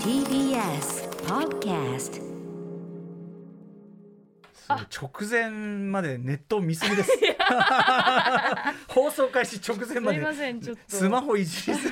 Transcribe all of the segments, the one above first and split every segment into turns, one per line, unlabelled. TBS Podcast
直前までネットを見すぎです 放送開始直前
す
ま
み
で
ません、ちょっと。
スマホいじりす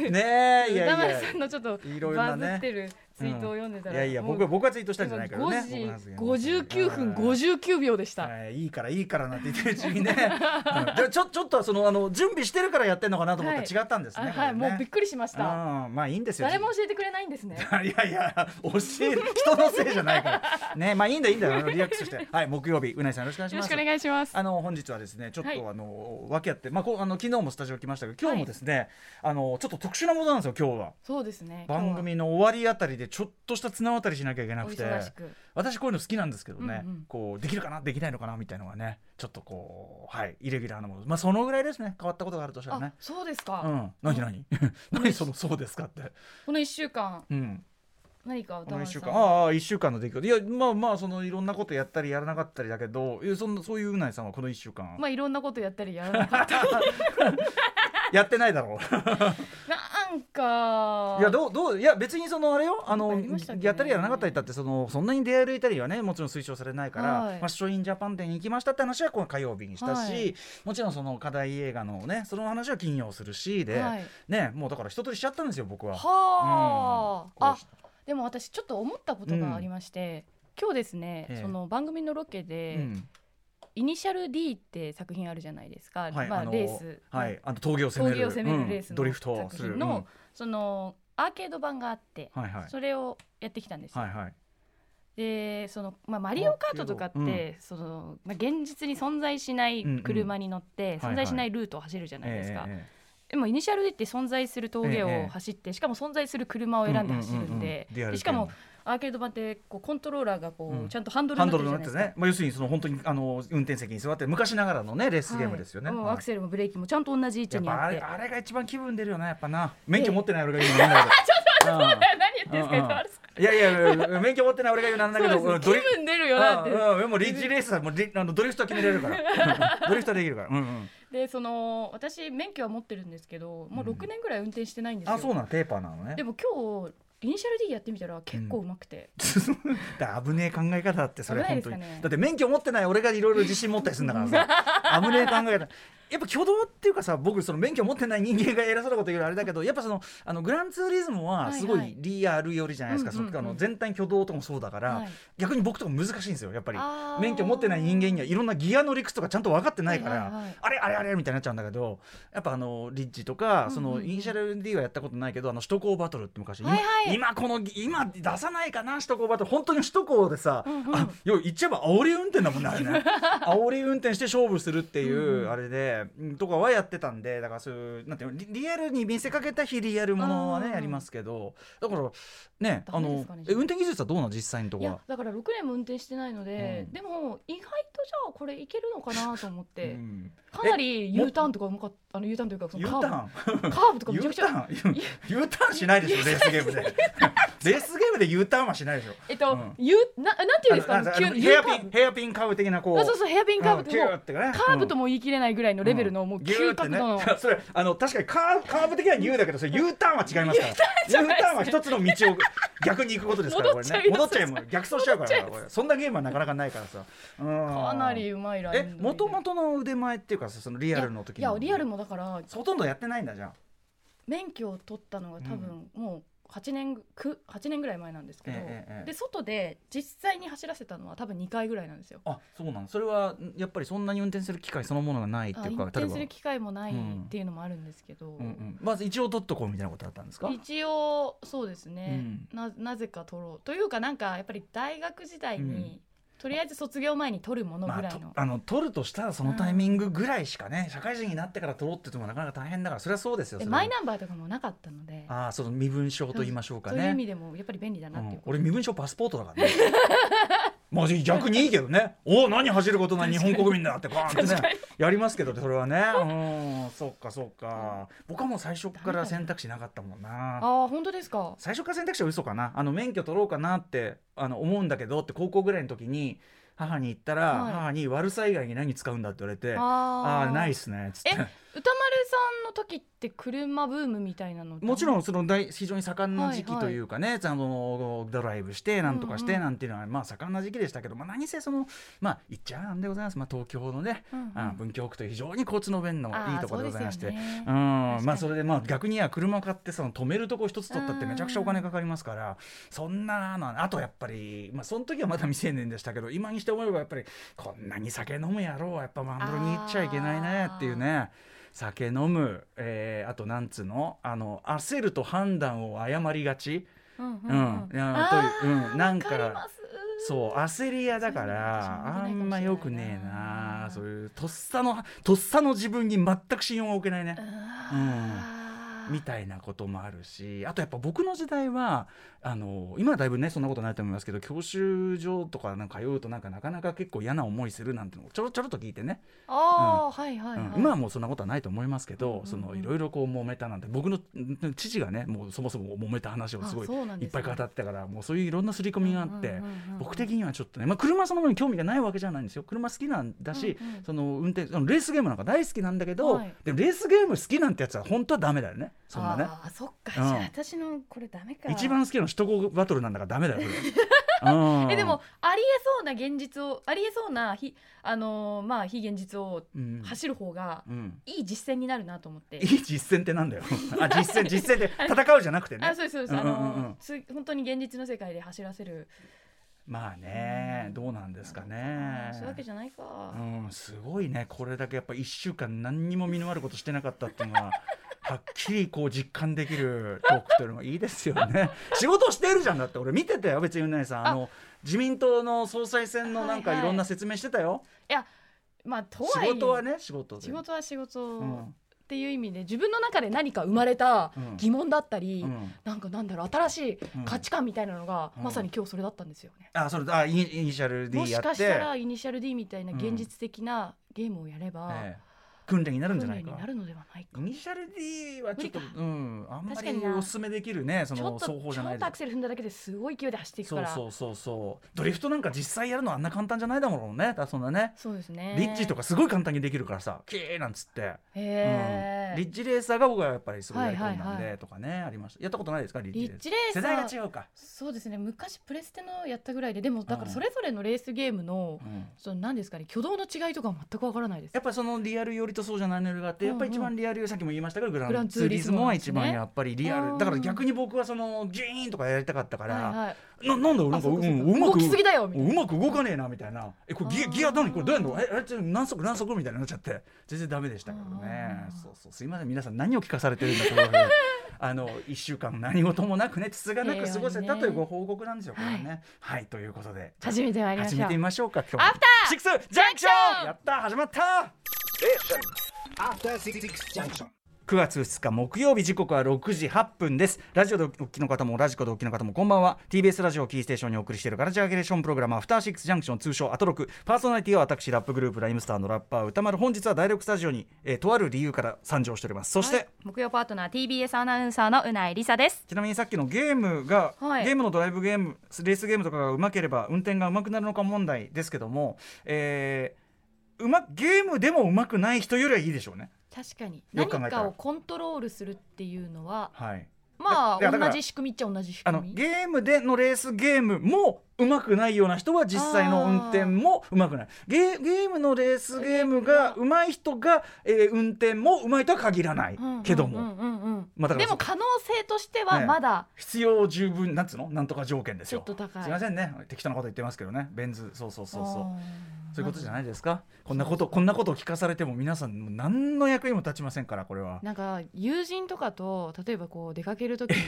ぎ ねえい
歌
やい
丸
や
さんのちょっと
いろいろな
バ
ね
ズってるツイートを読んでた
い
ら。
やいや僕
も
は
う
僕はツイートしたんじゃないからね僕の
5
発
時
言は
59分59秒でした。
はいいいからいいからなんて言ってるうちにね、うんでちょちょっとそのあの準備してるからやってんのかなと思ったら違ったんです
あ
ね、
はい、
これ
も
ね
うびっくりしました。
うんまあいいんですよ
誰も教えてくれないんですね。
いやいや教える人のせいじゃないからねまあいいんだいいんだよリラックスしてはい木曜日うないさんよろしくお願いし
よ
ま
ろし
す
くお願いします。
あの本日はですねちょっと、
はい
あの訳あってまあこうあの昨日もスタジオ来ましたけど今日もですね、あのちょっと特殊なことなんですよ今日は
そうですね。
番組の終わりあたりでちょっとした綱渡りしなきゃいけなく
今日
て
はお忙しく。
私こういうの好きなんですけどね、
うんうん
こうできるかなできないのかなみたいなのがねちょっとこうはいイレギュラーなものまあそのぐらいですね変わったことがあるとしたら
あ
ね、
そうです
う
か。
ん何 何何そのそうですかって
この一週間、
うん
何か歌
この
丸
一
さ
週
ん
間
は。
ああ一週間の出来事いやまあまあそのいろんなことやったりやらなかったりだけどえそんなそういううないさんはこの一週間、
まあ、いろんなことやったりやらな かった。
やってないだろう
なんか。
いやどうどういや別にそのあれよあの
なんかありましたっけ
やったりやらなかったりだってそのそんなに出歩いたりはねもちろん推奨されないから、
はい
まあ、ショインジャパン展に行きましたって話はこの火曜日にしたし、
はい
もちろんその課題映画のねその話は金曜するしで、
はい。
ねもうだから一通りしちゃったんですよ僕は。
は
うん
あ、あでも私ちょっと思ったことがありまして、今日ですね、
ええ
その番組のロケで、
うん
イニシャル D って作品あるじゃないですか、
はい
まあ、
あの
レース、
はい、あの峠を攻め
峠
る
を攻めるレース
うん
の
ドリフトを
作
する
品の、そのアーケード版があって、
うんはいはい
それをやってきたんですよ。
はいはい
でその、まあ、マリオカートとかって、
アーケ
そのまあ、現実に存在しない車に乗って、
うんうん
存在しないルートを走るじゃないですか、
ええええ
でもイニシャル D って存在する
え
峠
え
を走って、しかも存在する車を選んで走るんで,、
うんうんうんうんリアル
でしかもアーケード版ってこうコントローラーがこう、
うん
ちゃんとハンドル
ハン
にな
ドル
ってる
に
じ
な
ゃ
ってね、
ないですか。
まあ、要するにその本当にあの運転席に座って昔ながらのねレースゲームですよね。
はいもう
はい
アクセルもブレーキもちゃんと同じ位置
やっ
に
ぱ
あ
あ
っ
れ
て。
あれが一番気分出るよねやっぱな免許持ってない俺が言うのなんだけどうん
何言ってんですか、
うんうん
歌丸さん
いやいや免許持ってない俺が言うのなんだけど
そう
う
で
ん
す
ド
ね
リフ
気分出るよなって。
うんうんもうリッチレースはもうリあのドリフトは決めれるから ドリフトはできるからうんうん
で、その私免許は持ってるんですけど、もう六年ぐらい運転してないんですよ。
あそうなのペーパーなのね
でも今日イニシャル D やってみたら結構うまくて、
だから危ねえ考え方だってそれ
危な
本
いで
当
す
に、
かね
だって免許持ってない俺がいろいろ自信持ったりするんだから さ危ねえ考え方やっぱ挙動っていうかさ僕その免許持ってない人間が偉そうなこと言うのあれだけどやっぱそのあのグランツーリズムはすご
はいはいい
リアル寄りじゃないですか、
うんうんうん
そのあの全体挙動とかもそうだから、
はい
逆に僕とか難しいんですよやっぱり
あー
免許持ってない人間にはいろんなギアの理屈とかちゃんと分かってないから、
はいはいはい
あれあれあれみたいになっちゃうんだけどやっぱあのリッジとか、
うんうん
そのイニシャル D はやったことないけどあの首都高バトルって昔、今
はいはい
今この今出さないかな首都高バトル本当に首都高でさ、
うんうん
あよ言っちゃえば煽り運転だもんねあれね 煽り運転して勝負するっていうあれで、うんとかはやってたんでだからそういうなんていうのリリアルに見せかけた非リアルものはね
あー
やりますけどだからねあ
ダメで
の
すかね
え運転技術はどうなの実際のと
い
こ
や
は。
だから六年も運転してないので、
うん
でも意外とじゃあこれいけるのかなと思っ
う
て、
ん
かなり U ターンとかうまかったあの U ターンというかそ
U
の
タ
カ
ー
ー
ン
ブカーブとかめ
U
ちゃくち
タ
ゃ
ーン U ターンしないでしょレースゲーム でレースゲームで U ターンはしないでしょ
えっと、
うん
U ななんていうんですか
あのあの
急
ヘ
U
ア
タ
ピ
ーン
ンヘアピンカーブ的なこう
あそうそうヘアピンカーブってもう
てね
カーブと
も
も言い切れないぐらいのレベルのもう急迫度の、
それあの確かにカーカーブ的には U だけどそれ U ターンは違いますから U
じゃない
ターンは一つの道を 逆に行くことですからこれね戻
戻
っ
っ
ち
ち
ゃ
ゃ
うもう逆走しちゃうから
戻っちゃい
これそんなゲームはなかなかないからさか
かなりうまいライン
え
取りで
もともとの腕前っていうかそのリアルの時
いやいやリアル
も
もだから
ほとんどやってないんだじゃん
免許を取ったのが多分もう8年く8年ぐらい前なんですけど、
ええええ
で外で実際に走らせたのは多分2回ぐらいなんですよ。
あそうなのそれはやっぱりそんなに運転する機会そのものがないって
あ
いう
運
か例え
転
ば
する機会もないっていうのもあるんですけ
う
ど、
んうん、まず一応取っとこうみたいなことだったんですか
一応そうですね、ななぜか取ろうというかなんかやっぱり大学時代に、
うん
とりあえず卒業前に取るもの
ま
ぐ
あ、
らい
と
の、
あの取るとしたらその
うん
タイミングぐらいしかね、社会人になってから取ろうって言ってもなかなか大変だからそれはそうですよ
で
それは
マイナンバーとかもなかったので
ああその身分証と言いましょうか
そういう意味
ね
でもやっぱり便利だな
う
ってい
ん
う、こと
俺身分証パスポートだ からねまあ逆にいいけどねおお何走ることない日本国民だってバーンってねやりますけどそれはねうんそっかそっか、僕はもう最初から選択肢なかったもんな
ああ本当ですか
最初から選択肢は嘘かなあの免許取ろうかなってあの思うんだけどって高校ぐらいの時に母に言ったら、
はい
母に「悪さ以外に何使うんだ?」って言われて「あ
あ
あーないっ
す
すね」っつって
え歌丸さんの時って車ブームみたいなの
もち
ん
ろんその大非常に盛んな時期
はいはい
というかね、あのドライブしてなんとかし
うん
て
うん
なんていうのはまあ盛んな時期でしたけど、まあ、何せそのまあ言っちゃなんでございます、まあ、東京のね、
うんうん
あ文京区という非常に交通の便の
あー
いいところでございまして
そうですよね
うん
確か
まあ
に
それでまあ逆には車買ってその止めるとこ一つ取ったって
うん
めちゃくちゃお金かかりますからそんなのあとやっぱりまあその時はまだ未成年でしたけど今にして思えばやっぱりこんなに酒飲むやろうはやっぱマンドに行っちゃいけないねっていうね。酒飲む、えーあとなんつうのあの焦ると判断を誤りがち、
うん
う
うんんうん
あー
あ
と
ー
いううん、なん
わりま
か
す
そう焦り屋だか
そう
らあ
いうの私も
ま
できないかもしれないなん
よくねえなそういうとっさのとっさの自分に全く信用が置けないね
う、ん
みたいなこともあるしあとやっぱ僕の時代はあの今はだいぶねそんなことないと思いますけど教習所とかなんか通うとなんかなかなか結構嫌な思いするなんてのをちょろちょろっと聞いてね
あー、はいはい、はい
うん今はもうそんなことはないと思いますけど、
うんうんうん
そのいろいろこう揉めたなんて僕のうん父がねもうそもそも揉めた話をすごい
あそうなん
い
で
っ
すね
ぱい語ってたからもうそういういろんな刷り込みがあって、
うんうんうんうん
僕的にはちょっとね、まあ、車はそのものに興味がないわけじゃないんですよ車好きなんだし、
うんうん
その運転そのレースゲームなんか大好きなんだけど、
はい
でもレースゲーム好きなんてやつは本当はダメだよねそんなね。
あーそっか、
うん
じゃあ私のこれダメか
一番好きなの首都高バトルなんだからダメだよこ れうん
えでもありえそうな現実をありえそうな非あのーまあ非現実を
うん
走る方が
うん
いい実践になるなと思って、
いい実践ってなんだよあ実践実践 で戦うじゃなくてね
あそうですそうです、あ
うんうんうんう
の
ん
ーつ本当に現実の世界で走らせる
まあね、どうなんですかね。
そういうわけじゃないか、
うん、すごいね、これだけやっぱ一週間何にも身のあることしてなかったっていう のは。はっきりこう実感できるトークというのもいいですよね。仕事してるじゃんだって、俺見てたよ、別にうなぎさん、あの。自民党の総裁選のなん
はい
かい
はい
ろんな説明してたよ。
まあとはいえ
仕事はね、仕事で。
仕事は仕事
うん
っていう意味で自分の中で何か生まれた
うん
疑問だったり、
うん
なんかなんだろう新しい価値観みたいなのが、
うん
まさに今日それだったんですよね。
あ、それ、あ、イニイニシャル D や
も
って。
しかしたらイニシャル D みたいな
うん
現実的なゲームをやれば、
ええ訓練になるんじゃ
訓
ない
練
か。
になるのではない
イ
か。
ニシャル D はちょっと、
無理
うん、あんま
確
り
かにな
おすすめできるね、そ
ちょ
の
っとち
双方じゃ
ょ
ない
っ
で
と
す
アクセル踏んだだけですごい勢いで走っていく
そ
か
う
ら。
そうそうそうドリフトなんか実際やるのはあんな簡単じゃないだろうねだからそんなね、
そうですね。
リッジと
か。
かすごい簡単にできるからさキーなんつって、
へ
うん
え。
リッジレーサーが僕はやっぱりすごいやり込んだ
は
ん
いはいは
でとかね、ありましたやったことないですかリッジ
リ
レー
ッ
サー
ジレーサ
世代
ー。
が違うか、
そうですね。昔プレステのやったぐらいで、でもだ
う
から
ん
それぞれのレースゲームの、
うん
その何ですかね、挙動の違いとかは全くわからないです
や。っぱりそのリアル寄りとそうじゃないのりがあって、やっぱり一
うん
番リアルさっきも言いましたけどグラ
グラ
ン
ン
ツ
ツ
ー
ー
リ
リ
ズ
ス
ム
モ
は
なんです
一
ね
番やっぱりリア
う
ル
ん
だから逆に僕はそのギュイーンとかやりたかったから、
はいはい。
ななんだろうなんか
あ
う
そうかそう
ん
か
うまく
動きすぎだよみたいな
うまく動かねえなみたいなえこれギア
あー
ギア何これどうやんのええちょ何速何速みたいになっちゃって全然ダメでしたけどね
あー
そうそうすいません皆さん何を聞かされてるんだと思うけど あの1週間何事もなくねつつがなく過ごせたというご報告なんですよ、これはねはい、ということで
初めて参りましょう
始めてみましょうか今日
アフター
シックスジャンクションやった始まった
After Six Junction.
9月2日木曜日時刻は6時8分ですラジオでお聞きの方もラジコでお聞きの方もこんばんは TBS ラジオをキーステーションにお送りしているガラジアゲレーションプログラムアフターシックスジャンクション通称アトロクパーソナリティは私ラップグループライムスターのラッパー歌丸本日は第6スタジオに、えーとある理由から参上しておりますそして、
はい木曜パートナー TBS アナウンサーのうないりさです。
ちなみにさっきのゲームが、
はい
ゲームのドライブゲームレースゲームとかがうまければ運転がうまくなるのか問題ですけども、えーうまゲームでもうまくない人よりはいいでしょうね
確かに
よく
何
考えたら
かをコントロールするっていうのは
はい
まあ
だだから
同じ仕組みっちゃ同じ仕
あ
組
の
み。
ゲームでのレースゲームもうまくないような人は実際の運転もうまくないゲーゲームのレースゲームがうまい人が、えー運転もうまいとは限らない
うんうんうんうん
けども、まあだから
でも可能性として
ええ
はまだ、
必要十分なんつうのなんとか条件ですよ
ちょっと高い
すいませんね適当なこと言ってますけどねベンズそうそうそうそう
う
そういうことじゃ
い
ないですかこんなことこんなことを聞かされても皆さんもう何の役にも立ちませんからこれは。
なんか友人とかと例えばこう出かける時にです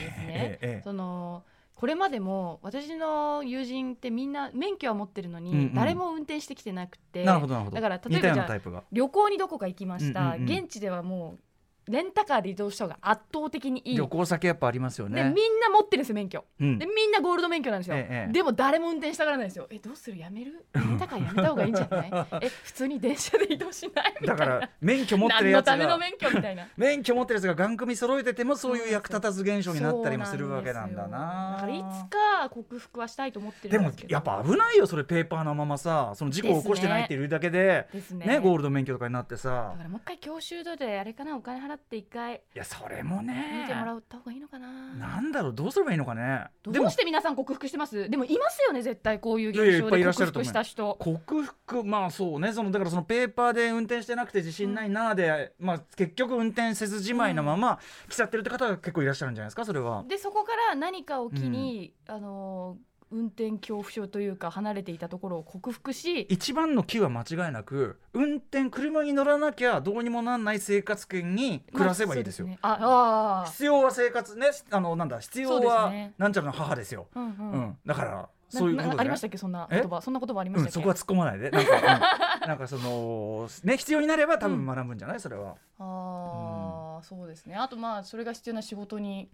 え
ね、
えええ
そのこれまでも私の友人ってみんな免許は持ってるのに、
うんうん
誰も運転してきてなくて
なるほどなるほど
だから例
似
え
たよ
ば
うな
じゃ
タ
あ
イプが。
旅行にどこか行きました、
うんうんうん
現地ではもうレンタカーで移動した方が圧倒的にいい、
旅行先やっぱありますよ
で
ね。
みんな持ってるんですよ免許。
うん
でみんなゴールド免許なんですよ、
ええ
でも誰も運転したがらないんですよえどうするやめるやめたからやめた方がいいんじゃない え普通に電車で移動しないみた
だ
い
か
な
ら免許持ってる
何
や
の
つが
ための免許みたいな
免許持ってるやつがガン組揃えててもそういう役立たず現象になったりもするわけなんだな。
そうなんですよだからいつか克服はしたいと思って
で
るんで
も
すけど
やっぱ危ないよそれペーパーのままさその事故を起こしてないっていうだけで
です
ね
ね
ゴールド免許とかになって
だ
さ
からもう一回教習所であれかなお金払っって一回
いやそれもね
見てもらった方がいいのかな。
なんだろうどうすればいいのかね
ど
でも
うして皆さん克服してます？でもいますよね絶対こういう
いやいや
現
いっ
象
ぱいい
で
らっしゃ
克
ると思
服
い
し
ま
た人。
克服まあそうねそのだからそのペーパーで運転してなくて自信ないなで、まあ、結局運転せずじまいなまま来ちゃってるって方が結構いらっしゃるんじゃないですかそれは。
でそこから何かを機に、あの運転恐怖症というか離れていたところを克服し、
一番の木は間違いなく運転車に乗らなきゃどうにもなんない生活圏に暮らせばいいですよ。
まあそうですね、
必要は生活ねあのなんだ必要
そう
は
ですね
なんちゃらの母ですよ。
ああ、うん
う
うんん。
だから
な
そういうこ
な
と
あ
だよ
りま
ね
したっけそんな言葉そんな言葉ありま
う
し
ん、
たっけ、
そこは突っ込まないでなんか、 うんなんかそのね必要になれば多分学ぶんじゃないそれは
ああ、そうですねあとまあそれが必要な仕事に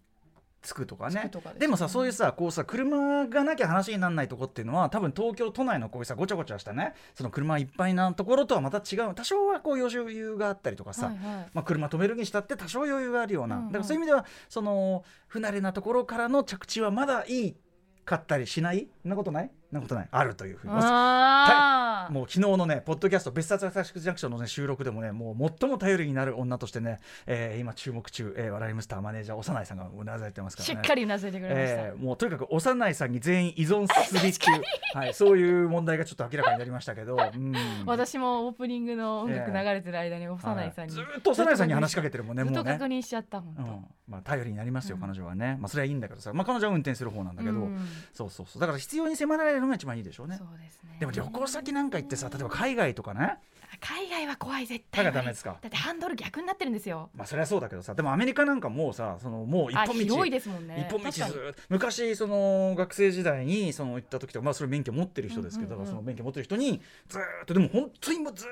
つくとか
就
ね
くとかですね
でもさそういうさこうさ車がなきゃ話にならないとこっていうのは多分東京都内のこういうさごちゃごちゃしたねその車いっぱいなところとはまた違う多少はこう余裕があったりとかさ、
はいはい
まあ、車止めるにしたって多少余裕があるような、
うんうん
だからそういう意味ではその不慣れなところからの着地はまだいいかったりしないそんなことないそんなことないあるというふうに
ああ
もう昨日のね、ポッドキャスト、別冊アタックジャンクションの、ね、収録でもね、もう最も頼りになる女としてね、えー今、注目中、えー、笑いムスターマネージャー、長内さんがうなざれてますから
し
ね。
っかりうなずいてくれました、
えーもうとにかく幼いさんに全員依存するっていう、はい、そういう問題がちょっと明らかになりましたけど、うん、
私もオープニングの音楽流れてる間に幼いさんに、
はいずーっと幼いさんに話しかけてるもんね
ずっ
もう
と
ね
確、認しちゃった本
う
当、
んまあ、頼りになりますよ
うん
彼女はね、まあ、それはいいんだけどさ、まあ、彼女は運転する方なんだけど、
うん
そうそうそうだから必要に迫られるのが一番いいでしょうね
そうですね
でも旅行先なんか行ってさ例えば海外とかね
海外は怖い絶
だ
対
から
無理
ダメですか
だってハンドル逆になってるんですよ
まあそりゃそうだけどさでもアメリカなんかもうさそのもう一
あ
本道
広いですもんね
一本道ず
確かに
ーっと昔その学生時代にその行った時とかまあそれ免許持ってる人ですけど、
うんうんうん
その免許持ってる人にずーっとでも本当にもうず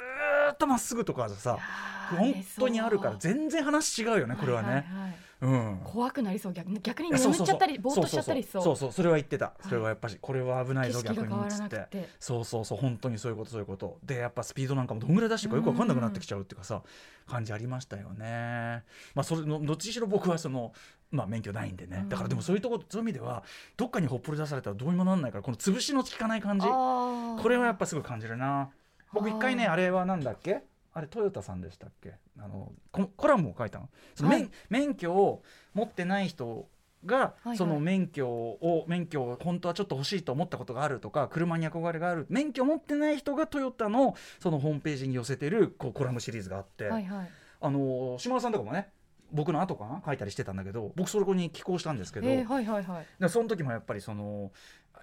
ーっとまっすぐとかさ
あー
本当にあるから
寝そ
全然話違うよね
う
これはね、
いいはい
うん。
怖くなりそう逆に逆に
いや
眠
そう
っ
そう
ち
そ
ゃ
う
ったりぼーっとしちゃったりしそう
そうそうそれは言ってたそれはやっぱしこれは危ない
景
ぞ
色が
逆に
変わ
っ
ら
つっ
なく
て
て
そうそうそう本当にそういうことそういうことでやっぱスピードなんかもどんぐらい出してるかよく分かんなくなってきちゃうっていうかさ感じありましたよねまあそれのどっちにしろ僕はそのまあ免許ないんでね
うん
だからでもそういうとこそういう意味ではどっかにほっぽり出されたらどうにもなんないからこの潰しの効かない感じこ
こ
れはやっぱすごい感じるな僕一回ね
あー
あれはなんだっけあれトヨタさんでしたっけあのココラムを書いたのその免,、
はい
免許を持ってない人が
いはい
その免許を免許を本当はちょっと欲しいと思ったことがあるとか車に憧れがある免許を持ってない人がトヨタのそのホームページに寄せてるこうコラムシリーズがあって、
はいはい
あの島田さんとかもね僕の後かな書いたりしてたんだけど僕そこに寄稿したんですけど、
えーはいはいはい
でその時もやっぱりその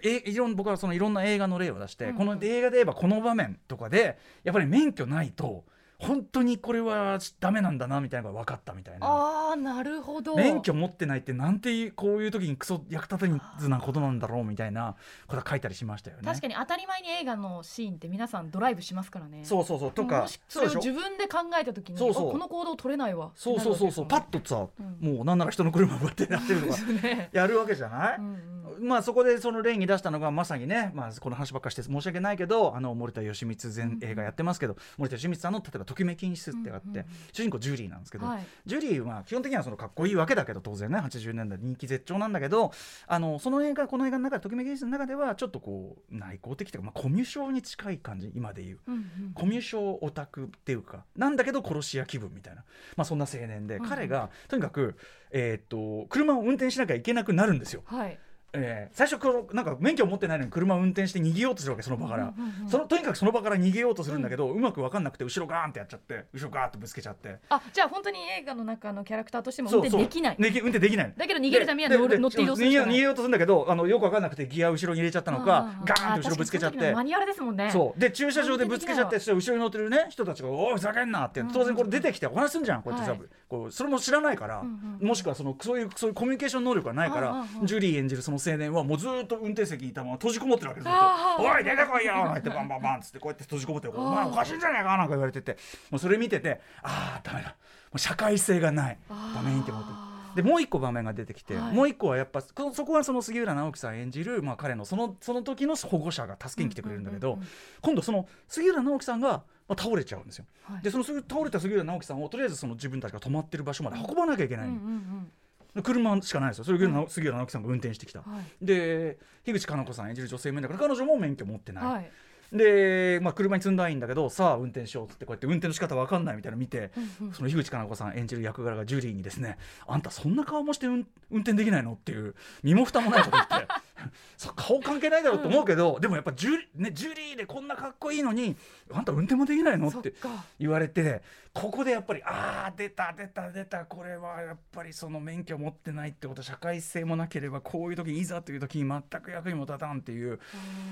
えいろん僕はそのいろんな映画の例を出して、
うんうん
この映画で言えばこの場面とかでやっぱり免許ないと本当にこれはダメなんだなみたいなのが分かったみたいな。
ああなるほど
免許持ってないってなんていうこういう時にクソ役立たずなことなんだろうみたいなことは書いたりしましたよね。
確かに当たり前に映画のシーンって皆さんドライブしますからね
そうそうそうと
も
か
しそ
そう
れ
で
を
しょ
自分で考えた時に
そうそう
あこの行動取れないわ
そうそうそうそうパッとさ、
うん
もうなんなら人の車をこうやってやってるとか
とね
やるわけじゃない、
うんうん
まあそこでその例に出したのがまさにね、まあ、この話ばっかりして申し訳ないけどあの森田義満前映画やってますけど、森田義満さんの例えば「ときめきに室」ってあって、
うんうんうん
主人公ジュリーなんですけど、
はい
ジュリーは基本的にはそのかっこいいわけだけど当然ね80年代人気絶頂なんだけどあのその映画この映画の中で「ときめきに室」の中ではちょっとこう内向的というか、まあ、コミュ障に近い感じ今で言う。
うんうん
コミュ障オタクっていうかなんだけど殺し屋気分みたいな、まあ、そんな青年で、
うんうん
彼がとにかく、えーっと車を運転しなきゃいけなくなるんですよ。
はい
えー最初このなんか免許を持ってないのに車を運転して逃げようとするわけその場から、
うんうんうん
そのとにかくその場から逃げようとするんだけど、うまく分かんなくて後ろガーンってやっちゃって後ろガーッとぶつけちゃって
あじゃあ本当に映画の中のキャラクターとしても運転できない
そうそうでき運転できない
だけど逃げるためには乗
で
る
で
乗って移動する
逃
し
げよう逃
かな
げ
い
ようとするんだけどあのよく分かんなくてギア後ろに入れちゃったのか、
うんうん
ガーンと後ろぶつけちゃっ
あー確かにその時
て
のマニュアルですもんね
そうで駐車場でぶつけちゃってそしたら後ろに乗ってるね人たちが「おいふざけんな」って当然これ出てきてお話すんじゃんこうやってさ、
はい
こうそれも知らないから、
んうん
もしくはそのそういうそういうコミュニケーション能力がないから、
うんうんうん
ジュリー演じるその青年はもうずーっと運転席にいたまま閉じこもってるわけずっと
あ
「
ー
おい出てこいよ!」ってバンバンバンっつってこうやって閉じこもってる「お前おかしいんじゃないか」なんか言われててもうそれ見てて「ああダメだもう社会性がない
あー
ダメにって思ってる。でもう一個場面が出てきて、
はい
もう一個はやっぱこのそこはその杉浦直樹さん演じる、まあ、彼のそのその時の保護者が助けに来てくれるんだけど、
うんうんうんうん
今度その杉浦直樹さんが、まあ、倒れちゃうんですよ。
はい
でそのすぐ倒れた杉浦直樹さんをとりあえずその自分たちが泊まってる場所まで運ばなきゃいけ
う
なんい、
うん
で車しかないですよそれ杉浦,、杉浦直樹さんが運転してきた。
うんはい
で樋口加奈子さん演じる女性面だから彼女も免許持ってない、
はい
で、まあ、車に積んだらいいんだけどさあ運転しようっつってこうやって運転の仕方わかんないみたいなの見て、その樋口かな子さん演じる役柄がジュリーにですねあんたそんな顔もして運運転できないのっていう身も蓋もないこと言って そう顔関係ないだろうと思うけど、でもやっぱジュ,、ね、ジュリーでこんなかっこいいのにあんた運転もできないのっ
そってか
言われてここでやっぱりああ出た出た出たこれはやっぱりその免許持ってないってこと社会性もなければこういう時いざという時に全く役にも立たんっていう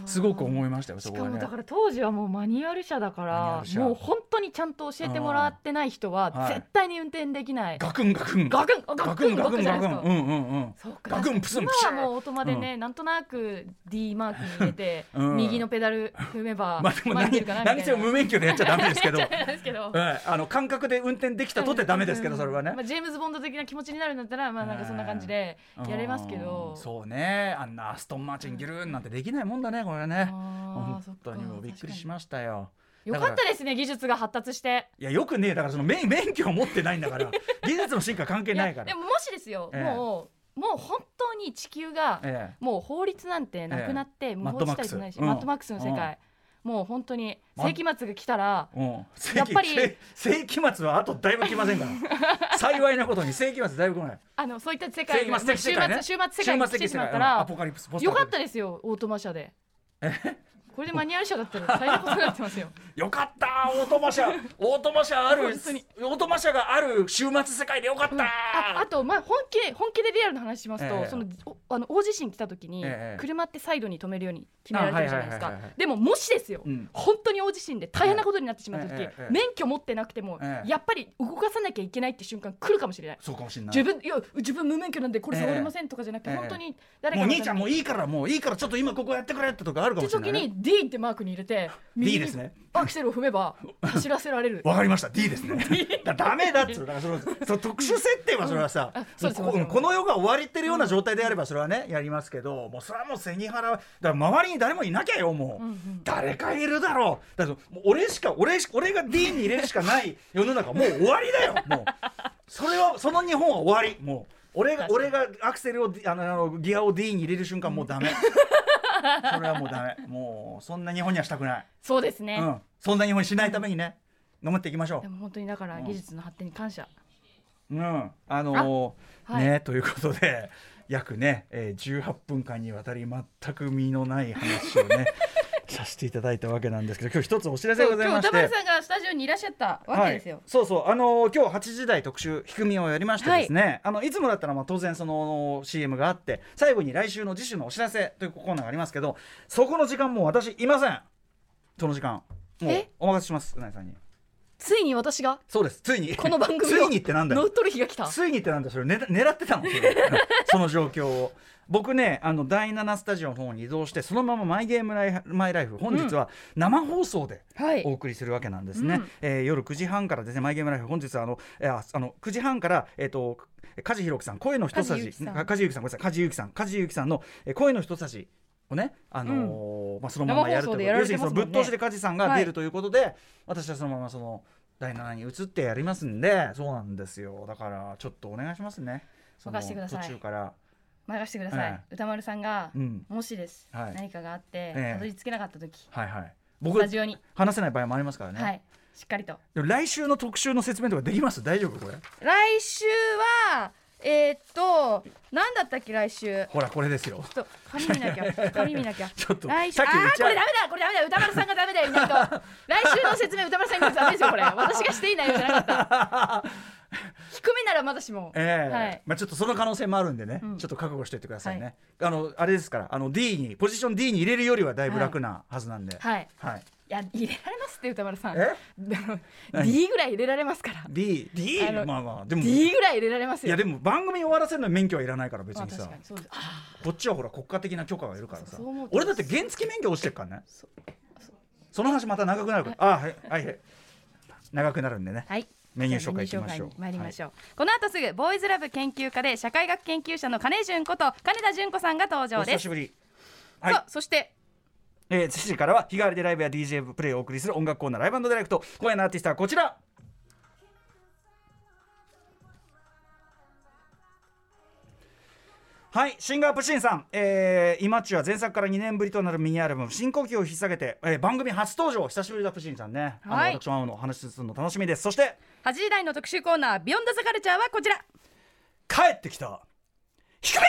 すごく
い
思いましたよそ
し
こ
か
は
も
ね
だ。から当時はもうマニュアル車だか
マニュア
ら
ル車
もう本当にちゃんと教えてもらってない人
うんは
はい絶対に運転できない、
ガクンガクン
ガクンあ
ガ
ガ
ク
ク
ン
ン
ガク
ガク
ン
ンじゃ
ガ
ない
クン
ですか
うんうんうん
そうか
ガクンプスン
今
プシ
は
ャー
もうオートマでね、なんとなく D マークに入れて、
うん
右のペダル踏めば
まあでも
前に
何
出るかな
何
みた
せ
いな
無免許でやっちゃダメです けどはい
ですけど
あの感覚で運転できたとってダメですけどそれはね
まあ、ジェームズ・ボンド的な気持ちになるんだったらまあなんかそんな感じでやれますけど
うんそうねあんなアストンマーチンギュルーンなんてできないもんだねこれね
あ
本
ーそっか
当にもうびっくりしましたよ
よかったですね技術が発達して
いやよくねだからその免免許を持ってないんだ から技術の進化関係ないか
い
ら
やでももしですよ、
ええ
もうもう本当に地球が、
ええ
もう法律なんてなくなって、無
マッ
法
ド
地
マック
帯
ス
じゃないし
うん
マッドマックスの世界、もう本当に世紀末が来たら
うん
やっぱり
世紀世紀末はあとだいぶ来ませんから 幸いなことに世紀末だいぶ来ない
あのそういった世界が
世紀末的
週末
世界ね
週末世界に来てしまった
うん
ら
アポカリプスポス
よかった
で
ですよオートマ車でこれでマニュアル車だったら大変なことになってま すよ
よかったーオートマ 車オートマ車あるオートマ車がある週末世界でよかったー、
ああと、まあ、本気で本気でリアルな話しますと、
ええ
そのおあの大地震来た時に、
ええ
車ってサイドに止めるように決められてるじゃないです
あは
か
いはいはいはいはい
でももしですよ、
うん
本当に大地震で大変なことになってしまった時、
ええええええ
免許持ってなくても、
ええ
やっぱり動かさなきゃいけないって瞬間来るかもしれない。
そうかもしれない
自分いや自分無免許なんでこれ触れませんとかじゃなくて、
ええ
本当に誰
もう
かの
兄ちゃんもういいからもういいからちょっと今ここやってくれってとかあるか
っ
も
て
しれな
時
い、ね、
に D ってマークに入れて
D ですね
アクセルを踏 めば走らせられる
わかりました D です ねだダメだっつうのだからそのその特殊設定はそれはさ、
うんあそうです
も
そう
こ
です
この世が終わりってるような状態であればそれはねやりますけどもうそれはもう背に腹はだから周りに誰もいなきゃよもう、誰かいるだろうだからもう俺しか俺し俺が D に入れるしかない世の中もう終わりだよもうそれはその日本は終わりもう俺が俺がアクセルを D- あのあのギアを D に入れる瞬間もうダメそれはもうダメもうそんな日本にはしたくない、
そうですね、
うん、そんな日本にしないためにね頑張っていきましょう
でも本当にだから技術の発展に感謝、
うん、あのー
あはい
ねということで約ね、えー、18分間にわたり全く身のない話を ねさせていただいたわけなんですけど今日一つお知らせが
そ
ご
う
ざい
今
ま
日
して
歌丸さんがスタジオにいらっしゃったわけですよ
はい、、そうそうあのー今日8時台特集「ひくみ」をやりましてですね、い、あのいつもだったらまあ当然その CM があって最後に来週の次週のお知らせというコーナーがありますけどそこの時間もう私いませんその時間もう
え
お任せしますうなぎさんに
ついに私が
そうですついに
この番組を
ついにってなんだよ
乗っ取る日が来た
ついにってなんだそれね狙ってたのそれ その状況を僕ねあの第7スタジオの方に移動してそのまま「マイゲームライフマイライフ」本日は生放送で
はい
お送りするわけなんですね、
うん
えー夜9時半からですね「マイゲームライフ」本日はあの、えーああの9時半からえっ、と梶弘樹さん声の一
梶
筋
裕貴さん
あ梶裕貴さんごめんなさい梶裕貴さん梶裕貴さんの、えー声の一筋をねあのーまあ、そのままやるということ
生放送でやら
要
れ
す
て
るに
ま
そ
す
の
もんね
ぶっ通しで梶さんが出
は
る
い
ということで、私はそのままその第7に移ってやりますんでそうなんですよだからちょっとお願いしますねその
任せてください
途中から
任せてください、
え
歌丸さんが、
うん
もしです、
はい
何かがあって
ええ
たどり着けなかった時
はいはい
ス
僕
タジオに、
話せない場合もありますからね、
はいしっかりと
でも来週の特集の説明とかできます大丈夫これ
来週はえーっと何だったっけ来週
ほらこれですよ
ちょっと紙見な きゃ紙見なきゃ
ちょっと
来週
さ
あ
っ
あ
き
ー
打ち
こ
合わ
れダメだこれダメだ歌丸さんがダメだよいないと 来週の説明歌丸さんがダメですよこれ私がしていないよじゃ なかった低めならまだしも、
ええ
はい
まあちょっとその可能性もあるんでね、
うん
ちょっと覚悟しておいてくださいね、あのあれですからあの D にポジション D に入れるよりはだいぶ楽なはずなんで、はい
はいいや入れられますって歌丸さん
え
あの D ぐらい入れられますから
D, D
あの
まあまあでも
D ぐらい入れられます
いや
よ
でも番組終わらせるのに免許はいらないから別
まあ
に
確
さ
かにそうですあ
こっちはほら国家的な許可がいるからさ
そう思うと
俺だって原付免許落ちてるからねその話また長くなるからあはいはいはい長くなるんでね、
はい
メニュー紹介いきましょう
メニュー紹介に参りましょう、この後すぐボーイズラブ研究家で社会学研究者の金淳こと金田淳子さんが登
お久
場で
し
す
ぶり
そ
はいう
そして
えー、7時からは日替わりでライブや DJ プレイをお送りする音楽コーナーライブディレクト今夜のアーティストはこちらはいシンガープシンさん、えー、イマッチは前作から2年ぶりとなるミニアルバム「深呼吸」を引っ提げて、えー、番組初登場久しぶりだプシンさんね、
はい
あの私も会うのお話しするの楽しみですそして
8時台の特集コーナー「ビヨンドザカルチャーはこちら
帰ってきた低め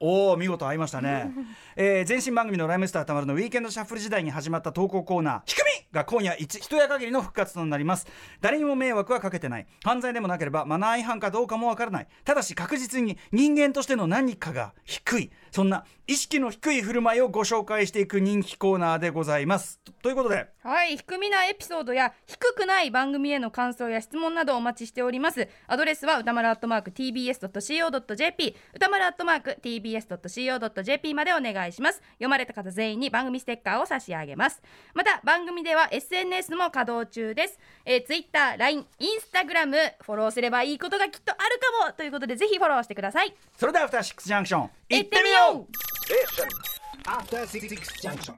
おお見事合いましたね、えー前身番組の「ライムスターたまる」のウィーケンドシャッフル時代に始まった投稿コーナー「低めが今夜一一夜限りの復活となります誰にも迷惑はかけてない犯罪でもなければマナー違反かどうかもわからないただし確実に人間としての何かが低いそんな意識の低い振る舞いをご紹介していく人気コーナーでございますとということで」
はい低みなエピソードや低くない番組への感想や質問などお待ちしておりますアドレスは歌丸アットマーク TBS.CO.JP 歌丸アットマーク TBS.CO.JP までお願いします読まれた方全員に番組ステッカーを差し上げますまた番組では SNS も稼働中です、えー、Twitter、LINE、Instagram フォローすればいいことがきっとあるかもということでぜひフォローしてください
それでは「アフターシックスジャンクション」
行ってみよう
Station. After Six Junction.